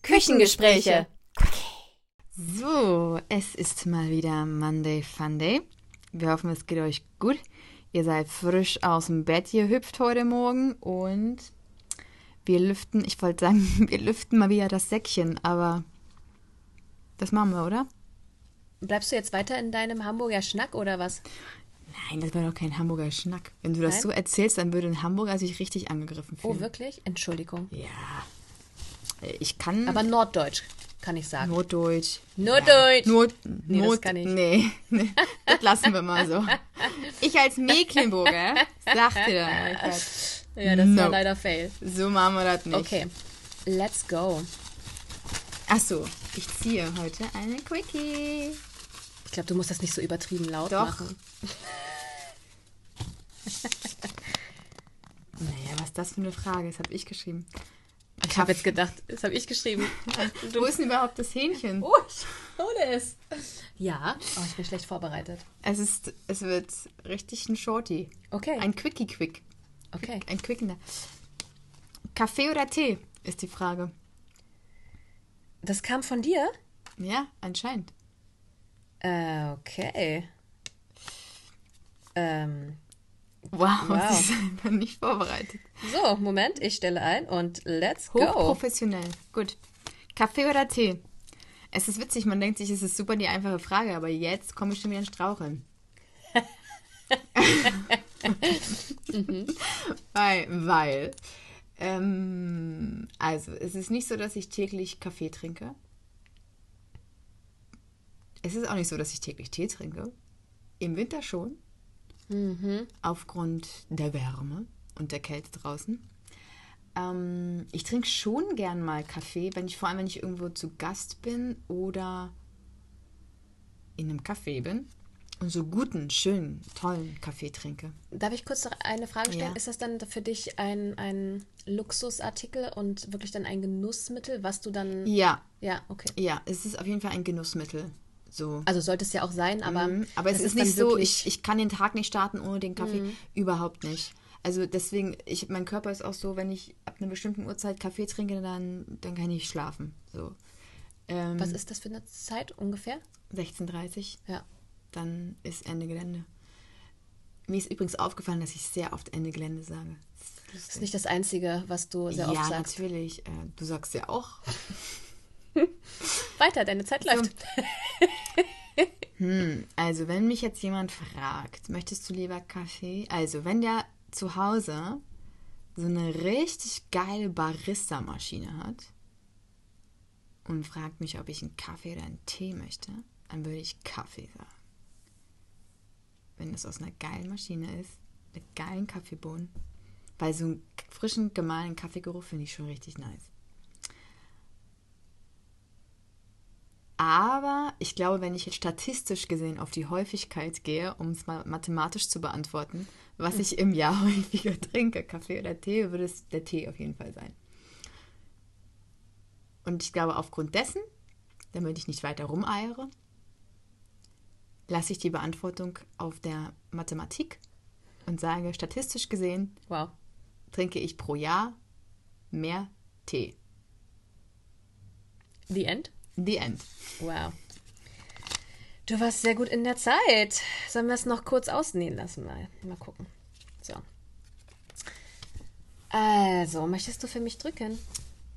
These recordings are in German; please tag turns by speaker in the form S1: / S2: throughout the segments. S1: Küchengespräche.
S2: So, es ist mal wieder Monday Funday. Wir hoffen, es geht euch gut. Ihr seid frisch aus dem Bett gehüpft heute Morgen und wir lüften, ich wollte sagen, wir lüften mal wieder das Säckchen, aber das machen wir, oder?
S1: Bleibst du jetzt weiter in deinem Hamburger Schnack oder was?
S2: Nein, das wäre doch kein Hamburger Schnack. Wenn du das
S1: Nein?
S2: so erzählst, dann würde ein Hamburger sich richtig angegriffen
S1: Oh,
S2: fühlen.
S1: wirklich? Entschuldigung.
S2: ja. Ich kann
S1: Aber norddeutsch, kann ich sagen.
S2: Notdeutsch.
S1: Norddeutsch.
S2: Not,
S1: Nee, das
S2: Not,
S1: kann ich.
S2: Nee, nee, das lassen wir mal so. Ich als Mecklenburger sagte dann, ich sag,
S1: ja, das war
S2: No.
S1: leider fail.
S2: so machen wir das nicht.
S1: Okay, let's go.
S2: Achso, ich ziehe heute eine Quickie.
S1: Ich glaube, du musst das nicht so übertrieben laut
S2: Doch.
S1: machen.
S2: Naja, was das für eine Frage ist, habe ich geschrieben.
S1: Ich habe jetzt gedacht, das habe ich geschrieben.
S2: Wo ist denn überhaupt das Hähnchen?
S1: Oh, ich hole es. Ja, oh, ich bin schlecht vorbereitet.
S2: Es ist, es wird richtig ein Shorty.
S1: Okay,
S2: Ein Quickie-Quick.
S1: okay.
S2: Ein Quickender. Kaffee oder Tee ist die Frage.
S1: Das kam von dir?
S2: Ja, anscheinend.
S1: Äh, okay. Ähm,
S2: Wow,
S1: Wow.
S2: sie ist einfach nicht vorbereitet.
S1: so, Moment, ich stelle ein und let's go.
S2: Hochprofessionell. Gut. Kaffee oder Tee? Es ist witzig, man denkt sich, es ist super die einfache Frage, aber jetzt komme ich schon wieder in Straucheln. weil, weil. Ähm, also, es ist nicht so, dass ich täglich Kaffee trinke. Es ist auch nicht so, dass ich täglich Tee trinke. Im Winter schon.
S1: Mhm.
S2: Aufgrund der Wärme und der Kälte draußen. Ähm, ich trinke schon gern mal Kaffee, wenn ich vor allem, wenn ich irgendwo zu Gast bin oder in einem Kaffee bin und so guten, schönen, tollen Kaffee trinke.
S1: Darf ich kurz noch eine Frage stellen?
S2: Ja.
S1: Ist das dann für dich ein, ein Luxusartikel und wirklich dann ein Genussmittel, was du dann. Ja,
S2: Ja,
S1: okay.
S2: ja, es ist auf jeden Fall ein Genussmittel. So.
S1: Also sollte es ja auch sein, aber.
S2: Mhm, aber es
S1: das
S2: ist, nicht so,
S1: dann wirklich- Mhm.
S2: ich, ich kann den Tag nicht starten ohne den Kaffee. Überhaupt nicht. Also deswegen, ich, mein Körper ist auch so, wenn ich ab einer bestimmten Uhrzeit Kaffee trinke, dann, dann kann ich schlafen. So. Ähm,
S1: Was ist das für eine Zeit ungefähr?
S2: 16.30
S1: Ja.
S2: dann ist Ende Gelände. Mir ist übrigens aufgefallen, dass ich sehr oft Ende Gelände sage.
S1: Das ist nicht das Einzige, was du sehr
S2: ja,
S1: oft sagst.
S2: natürlich. Äh, Du sagst ja auch.
S1: Weiter, deine Zeit läuft.
S2: Also, wenn mich jetzt jemand fragt, möchtest du lieber Kaffee? Also, wenn der zu Hause so eine richtig geile Barista-Maschine hat und fragt mich, ob ich einen Kaffee oder einen Tee möchte, dann würde ich Kaffee sagen. Wenn das aus einer geilen Maschine ist, mit geilen Kaffeebohnen. Weil so einen frischen, gemahlenen Kaffeegeruch finde ich schon richtig nice. Aber ich glaube, wenn ich jetzt statistisch gesehen auf die Häufigkeit gehe, um es mal mathematisch zu beantworten, was ich im Jahr häufiger trinke, Kaffee oder Tee, würde es der Tee auf jeden Fall sein. Und ich glaube, aufgrund dessen, damit ich nicht weiter rumeiere, lasse ich die Beantwortung auf der Mathematik und sage, statistisch gesehen
S1: Wow.
S2: trinke ich pro Jahr mehr Tee.
S1: The End?
S2: The End.
S1: Wow. Du warst sehr gut in der Zeit. Sollen wir es noch kurz ausnähen lassen? Mal, mal gucken. So. Also, möchtest du für mich drücken?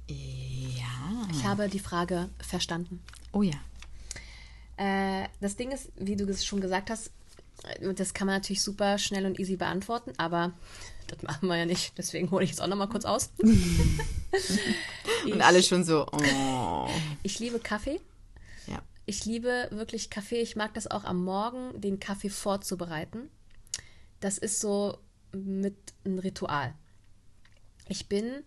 S2: Ja.
S1: Ich habe die Frage verstanden.
S2: Oh ja.
S1: Äh, das Ding ist, wie du es schon gesagt hast, äh, das kann man natürlich super schnell und easy beantworten, aber das machen wir ja nicht. Deswegen hole ich es auch nochmal kurz aus.
S2: Und
S1: Ich-
S2: alle schon so, oh.
S1: Ich liebe Kaffee.
S2: Ja.
S1: Ich liebe wirklich Kaffee. Ich mag das auch am Morgen, den Kaffee vorzubereiten. Das ist so mit ein Ritual. Ich bin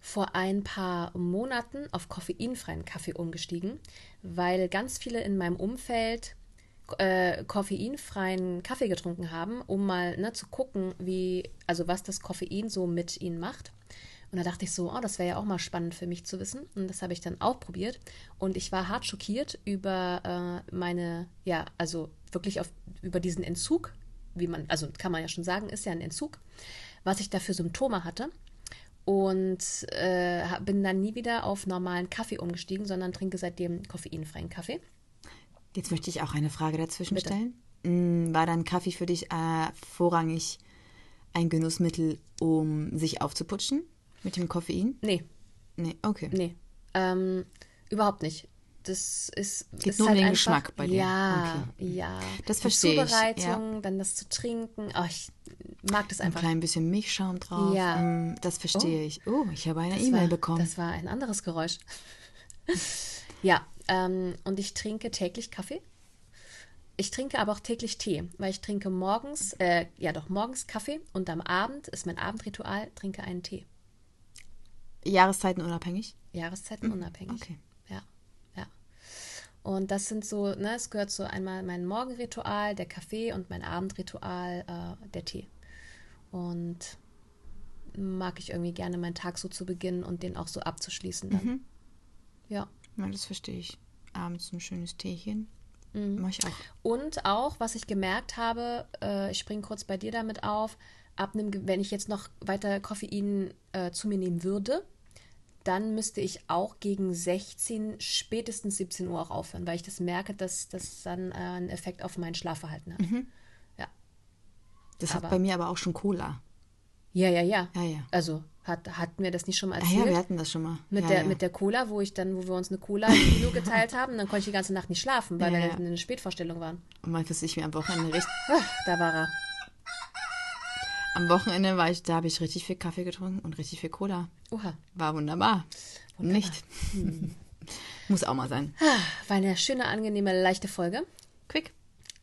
S1: vor ein paar Monaten auf koffeinfreien Kaffee umgestiegen, weil ganz viele in meinem Umfeld äh, koffeinfreien Kaffee getrunken haben, um mal ne, zu gucken, wie, also was das Koffein so mit ihnen macht. Und da dachte ich so, oh, das wäre ja auch mal spannend für mich zu wissen. Und das habe ich dann auch probiert. Und ich war hart schockiert über äh, meine, ja, also wirklich auf, über diesen Entzug, wie man, also kann man ja schon sagen, ist ja ein Entzug, was ich da für Symptome hatte. und äh, hab- bin dann nie wieder auf normalen Kaffee umgestiegen, sondern trinke seitdem koffeinfreien Kaffee.
S2: Jetzt möchte ich auch eine Frage dazwischen
S1: Bitte.
S2: stellen. Mm, War dann Kaffee für dich äh, vorrangig ein Genussmittel, um sich aufzuputschen mit dem Koffein?
S1: Nee,
S2: Nee, okay.
S1: nee, ähm, überhaupt nicht. Das ist,
S2: Geht
S1: ist
S2: nur um
S1: halt
S2: den
S1: einfach,
S2: Geschmack bei dir.
S1: Ja, ja.
S2: Das
S1: Die
S2: verstehe ich, ja.
S1: Zubereitung, dann das zu trinken. Oh, ich mag das
S2: Ein
S1: einfach.
S2: klein bisschen Milchschaum drauf.
S1: Ja.
S2: Mm, Das verstehe ich. Oh, ich habe eine
S1: Das
S2: E-Mail
S1: war-
S2: bekommen.
S1: Das war ein anderes Geräusch. ja, ähm, und ich trinke täglich Kaffee. Ich trinke aber auch täglich Tee, weil ich trinke morgens, äh, ja doch morgens Kaffee und am Abend ist mein Abendritual, trinke einen Tee.
S2: Jahreszeiten unabhängig?
S1: Jahreszeiten unabhängig.
S2: okay.
S1: Ja, ja. Und das sind so, ne, es gehört so einmal mein Morgenritual, der Kaffee und mein Abendritual, äh, der Tee. Und mag ich irgendwie gerne meinen Tag so zu beginnen und den auch so abzuschließen dann. Ja.
S2: Ja, das verstehe ich. Abends ein schönes Teechen.
S1: Mhm.
S2: Mache ich auch.
S1: Und auch, was ich gemerkt habe, äh, ich springe kurz bei dir damit auf, ab einem, ge- wenn ich jetzt noch weiter Koffein äh, zu mir nehmen würde, dann müsste ich auch gegen 16, spätestens 17 Uhr auch aufhören, weil ich das merke, dass das dann äh, einen Effekt auf mein Schlafverhalten hat.
S2: Mhm.
S1: Ja.
S2: Das
S1: Aber-
S2: hat bei mir aber auch schon Cola. Ah
S1: ja, ja, ja.
S2: Ja, ja.
S1: Also hat, hatten wir das nicht schon mal
S2: Ah ja,
S1: erzählt?
S2: wir hatten das schon mal.
S1: mit,
S2: ja,
S1: der,
S2: ja.
S1: mit der Cola, wo ich dann, wo wir uns eine Cola im Kino geteilt haben, dann konnte ich die ganze Nacht nicht schlafen, weil
S2: Ja,
S1: wir
S2: ja.
S1: in einer Spätvorstellung waren.
S2: Und mal ich mir am Wochenende richtig.
S1: Ah, da war er.
S2: Am Wochenende war ich, da habe ich richtig viel Kaffee getrunken und richtig viel Cola.
S1: Oha.
S2: War wunderbar. Nicht.
S1: Hm.
S2: Muss auch mal sein.
S1: Ah, War eine schöne, angenehme, leichte Folge.
S2: Quick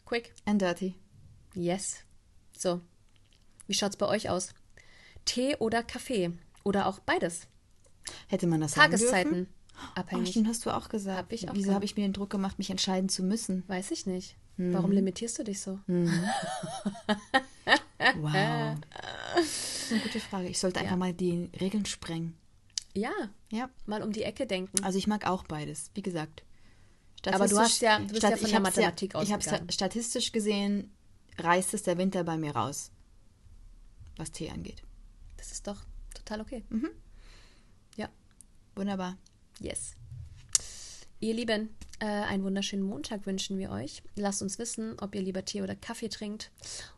S1: Quick.
S2: and dirty.
S1: Yes. So. Wie schaut's bei euch aus? Tee oder Kaffee? Oder auch beides?
S2: Hätte man das sagen dürfen?
S1: Tageszeiten.
S2: Oh,
S1: Abhängig.
S2: stimmt, hast du auch gesagt.
S1: Hab ich auch
S2: Wieso
S1: gesagt.
S2: habe ich mir den Druck gemacht, mich entscheiden zu müssen?
S1: Weiß ich nicht.
S2: Hm.
S1: Warum limitierst du dich so? Äh,
S2: Wow. Das ist eine gute Frage. Ich sollte einfach mal die Regeln sprengen.
S1: Ja,
S2: Ja.
S1: mal um die Ecke denken.
S2: Also ich mag auch beides, wie gesagt.
S1: Aber du hast ja- du bist ja
S2: Stat-
S1: von
S2: ich
S1: der
S2: hab's
S1: Mathematik
S2: ja, Ich habe
S1: ausgegangen.
S2: statistisch gesehen, reißt es der Winter bei mir raus, was Tee angeht.
S1: Das ist doch total okay.
S2: Hm.
S1: Ja,
S2: Wunderbar.
S1: yes. Ihr Lieben, äh, einen wunderschönen Montag wünschen wir euch. Lasst uns wissen, ob ihr lieber Tee oder Kaffee trinkt.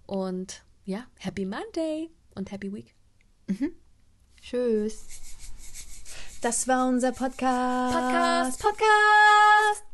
S1: Und ja, Happy Monday und Happy Week.
S2: Tschüss. Das war unser Podcast.
S1: Podcast.
S2: Podcast.